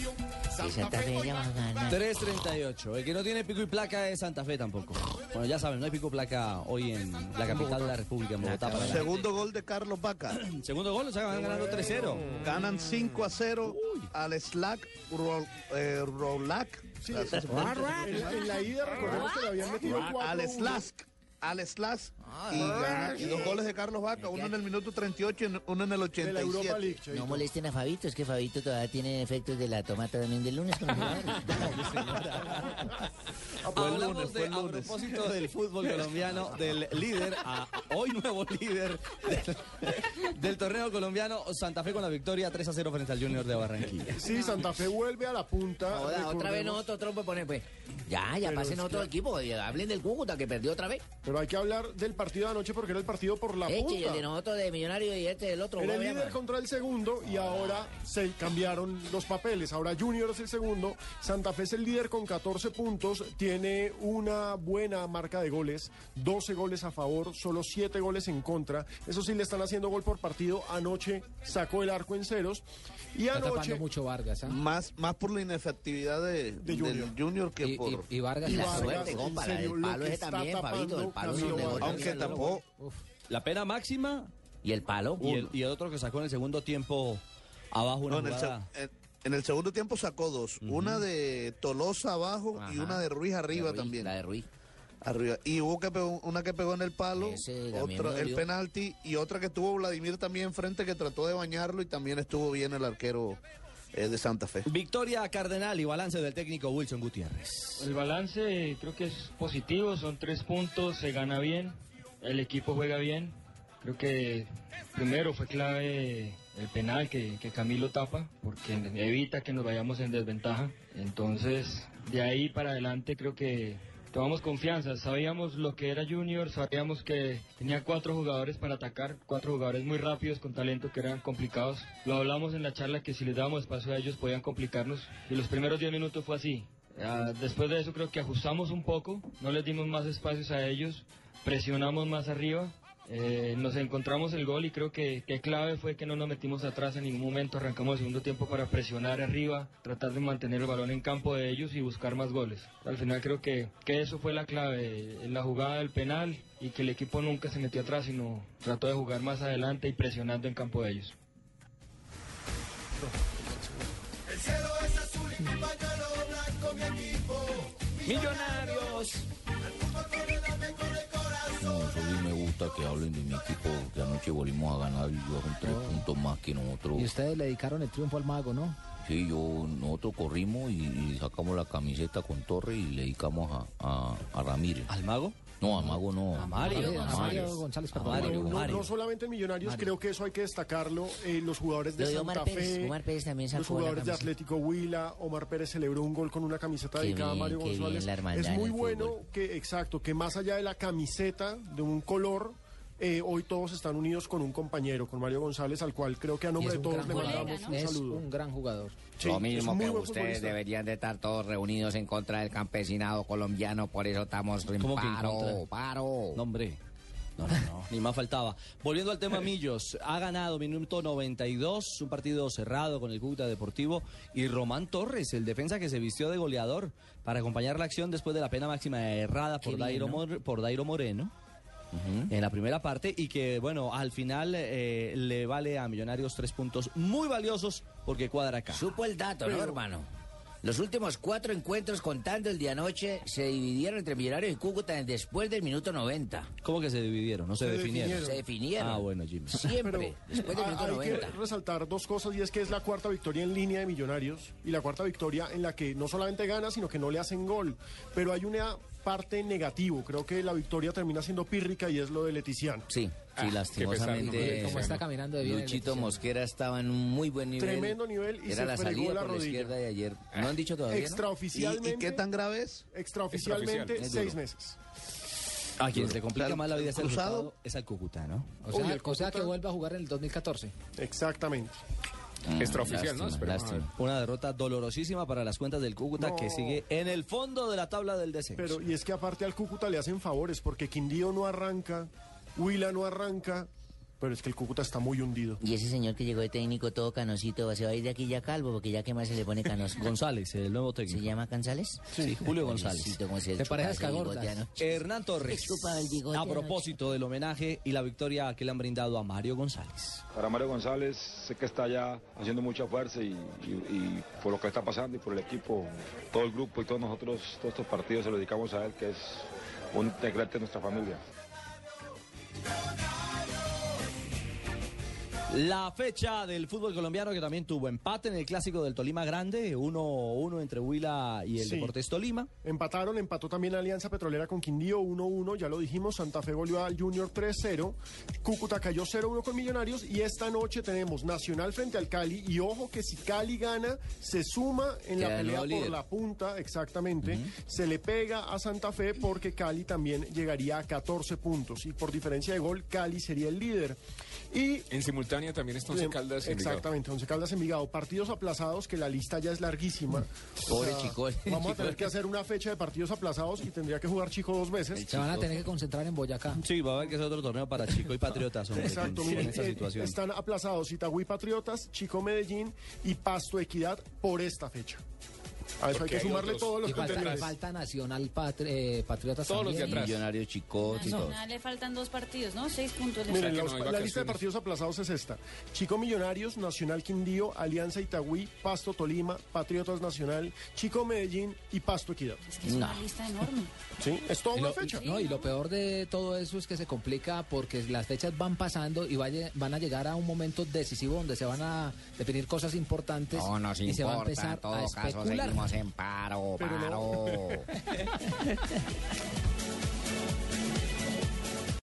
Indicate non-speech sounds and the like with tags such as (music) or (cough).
que Santa Fe ya va a ganar. 338. El que no tiene pico y placa es Santa Fe tampoco. Bueno, ya saben, no hay pico y placa hoy en la capital de la República, en Bogotá. Para la gente. Segundo gol de Carlos Vaca. Segundo gol, o sea, van ganando 3-0. Ganan 5 a 0 al Slack Ro- eh, Rolac. En la- en la ida recordemos que le habían metido cuatro. al Slask. Al Slask. Y, ganan- y dos goles de Carlos Vaca, uno en el minuto 38 y uno en el de la Europa 87. League. No Chaito. molesten a Fabito, es que Fabito todavía tiene efectos de la tomata también del lunes. con los jugadores. Fue el Hablamos lunes, de, fue el a lunes. propósito del fútbol colombiano, del líder, a- hoy nuevo líder del, del torneo colombiano, Santa Fe con la victoria 3 a 0 frente al Junior de Barranquilla. Sí, Santa Fe vuelve a la punta. Ahora, otra vez no, recordemos. otro trompo poner, pues. Ya, ya Pero pasen a es otro que- equipo. y Hablen del Cúcuta que perdió otra vez. Pero hay que hablar del partido de anoche porque era el partido por la Este y el de punta. nosotros de Millonario y este del otro. Era el ¿cómo se líder llama? contra el segundo y ahora se cambiaron los papeles. Ahora Junior es el segundo. Santa Fe es el líder con 14 puntos. Tiene una buena marca de goles. 12 goles a favor, solo 7 goles en contra. Eso sí, le están haciendo gol por partido. Anoche sacó el arco en ceros. Y Está anoche... tapando mucho Vargas, ¿ah? Más, más por la inefectividad de, del Junior. Junior, que Y, y- por. y Vargas Y la está- Vargas, suerte, en compa, la serio, del lo palo que ese está también, Fabito, tapando el palo es un Camilo negocio. Vargas. aunque tapó. La pena máxima Y el palo. y el, y el otro que sacó en el segundo tiempo abajo una no, en, el, jugada. se- en- en el segundo tiempo sacó dos. Una de Tolosa abajo y Ajá. una de Ruiz arriba La de Ruiz, también. La de Ruiz. Arriba. Y hubo que pegó- una que pegó en el palo, Ese también otra, me el dolió. penalti y otra que tuvo Vladimir también frente que trató de bañarlo y también estuvo bien el arquero eh, de Santa Fe. Victoria Cardenal y balance del técnico Wilson Gutiérrez. El balance creo que es positivo, son tres puntos, se gana bien, el equipo juega bien. Creo que primero fue clave el penal que, que Camilo tapa, porque evita que nos vayamos en desventaja. Entonces, de ahí para adelante creo que tomamos confianza. Sabíamos lo que era Junior, sabíamos que tenía cuatro jugadores para atacar, cuatro jugadores muy rápidos, con talento, que eran complicados. Lo hablamos en la charla que si les dábamos espacio a ellos podían complicarnos. Y los primeros 10 minutos fue así. Ah, después de eso creo que ajustamos un poco, no les dimos más espacios a ellos, presionamos más arriba, eh, nos encontramos el gol y creo que, que clave fue que no nos metimos atrás en ningún momento, arrancamos el segundo tiempo para presionar arriba, tratar de mantener el balón en campo de ellos y buscar más goles. Al final creo que, que eso fue la clave, eh, la jugada del penal y que el equipo nunca se metió atrás, sino trató de jugar más adelante y presionando en campo de ellos. Millonarios. No, eso sí me gusta que hablen de mi equipo, que anoche volvimos a ganar y yo con tres puntos más que nosotros. Y ustedes le dedicaron el triunfo al mago, ¿no? Sí, yo, nosotros corrimos y, y sacamos la camiseta con Torre y le dedicamos a, a, a Ramírez. ¿Al mago? No, a Mago no. A Mario A González. Mario. González, A perdón. Mario. No, Mario. no solamente en Millonarios, creo que eso hay que destacarlo. eh, los jugadores de Lo de Omar Santa Pérez, Fe, Omar Pérez también sacó los la jugadores de camiseta. Atlético Huila, Omar Pérez celebró un gol con una camiseta Qué dedicada bien, a Mario qué bien González. la hermandad es en muy el bueno fútbol. que, exacto, que más allá de la camiseta de un color. eh, hoy todos están unidos con un compañero, con Mario González, al cual creo que a Y nombre es de un todos gran le jugador. mandamos un Es saludo. un gran jugador. Sí, Lo es mismo muy que buen ustedes futbolista. deberían de estar todos reunidos en contra del campesinado colombiano, por eso estamos en ¿Cómo que en paro, contra? paro. No, hombre. No, no, no, ni más faltaba. Volviendo al tema Millos, ha ganado minuto 92, un partido cerrado con el Cúcuta Deportivo y Román Torres, el defensa que se vistió de goleador para acompañar la acción después de la pena máxima errada por Qué bien, Dairo, ¿no? Mor- por Dairo Moreno en la primera parte y que, bueno, al final eh, le vale a Millonarios tres puntos muy valiosos porque cuadra acá. Supo el dato, ¿no, hermano? Los últimos cuatro encuentros contando el de anoche se dividieron entre Millonarios y Cúcuta después del minuto 90. ¿Cómo que se dividieron? No se, Se definieron. definieron. Se definieron. Ah, bueno, Jimmy. Pero Siempre, después del ha- Pues minuto Ah, hay 90. que resaltar dos cosas y es que es la cuarta victoria en línea de Millonarios y la cuarta victoria en la que no solamente gana, sino que no le hacen gol. Pero hay una parte negativo, creo que la victoria termina siendo pírrica y es lo de Leticiano. Sí, sí, Ah, lastimosamente. eh, Como está caminando de bien el Luchito electricista. Mosquera estaba en un muy buen nivel. Tremendo nivel y Era se la fregó salida la por la rodilla. izquierda de ayer. ¿No han dicho todavía? no? ¿Y, Extraoficialmente, y qué tan grave es? extraoficialmente Es duro. seis meses. Ah, A quien se complica Claro, más la vida es el cruzado. cruzado es al Cúcuta, ¿no? O sea, Uy, el o sea que Cúcuta- vuelva a jugar en el 2014. Exactamente. Mm, Extraoficial, ¿no? lástima, Esperemos a ver. lástima. Una derrota dolorosísima para las cuentas del Cúcuta No. que sigue en el fondo de la tabla del descenso. Pero y es que aparte al Cúcuta le hacen favores porque Quindío no arranca, Huila no arranca. Pero es que el Cúcuta está muy hundido. Y ese señor que llegó de técnico todo canosito, se va a ir de aquí ya calvo, porque ya que más se le pone (laughs) canoso. González, el nuevo técnico. ¿Se llama Cansales? Sí, Julio González. Canosito, como si él De parejas chupase el cagordas. bigote, ¿no? Hernán Torres. Le chupa el bigote A anoche. propósito del homenaje y la victoria que le han brindado a Mario González. Para Mario González, sé que está ya haciendo mucha fuerza y, y- y por lo que está pasando y por el equipo, todo el grupo y todos nosotros, todos estos partidos se lo dedicamos a él, que es un integrante de nuestra familia. La fecha del fútbol colombiano que también tuvo empate en el clásico del Tolima Grande, 1-1 entre Huila y el Sí. Deportes Tolima. Empataron, empató también Alianza Petrolera con Quindío 1-1, ya lo dijimos, Santa Fe goleó al Junior 3-0, Cúcuta cayó 0-1 con Millonarios y esta noche tenemos Nacional frente al Cali y ojo que si Cali gana, se suma en la Queda el pelea nuevo por líder. la punta, exactamente, se le pega a Santa Fe porque Cali también llegaría a 14 puntos y por diferencia de gol Cali sería el líder. Y En simultánea también está Once Caldas. y Envigado. Exactamente, Once Caldas Envigado. Partidos aplazados, que la lista ya es larguísima. Pobre Chico. Vamos a tener que hacer una fecha de partidos aplazados y tendría que jugar Chico dos veces. Se van a tener que concentrar en Boyacá. Sí, va a haber que es otro torneo para Chico y Patriotas. hombre, Exacto, con- miren, con esta eh, situación. están aplazados Itagüí Patriotas, Chico Medellín y Pasto Equidad por esta fecha. A eso hay Porque que hay sumarle otros. todos los Y falta, contenedores. falta Nacional Patri- eh, Patriotas Todos los de también. atrás. Millonarios Chicot y todo. le faltan dos partidos, ¿no? Seis puntos. sea Miren, que los- no hay la lista de vacaciones. partidos aplazados es esta. Chico Millonarios, Nacional Quindío, Alianza Itagüí, Pasto Tolima, Patriotas Nacional, Chico Medellín y Pasto Equidad. Es que es una lista enorme. ¿Sí? Es toda Y una lo- fecha. No, y lo peor de todo eso es que se complica porque las fechas van pasando y vaya- van a llegar a un momento decisivo donde se van a definir cosas importantes No nos y se va a importa, empezar en a todo caso especular. (laughs) seguimos en paro, Pero no. paro.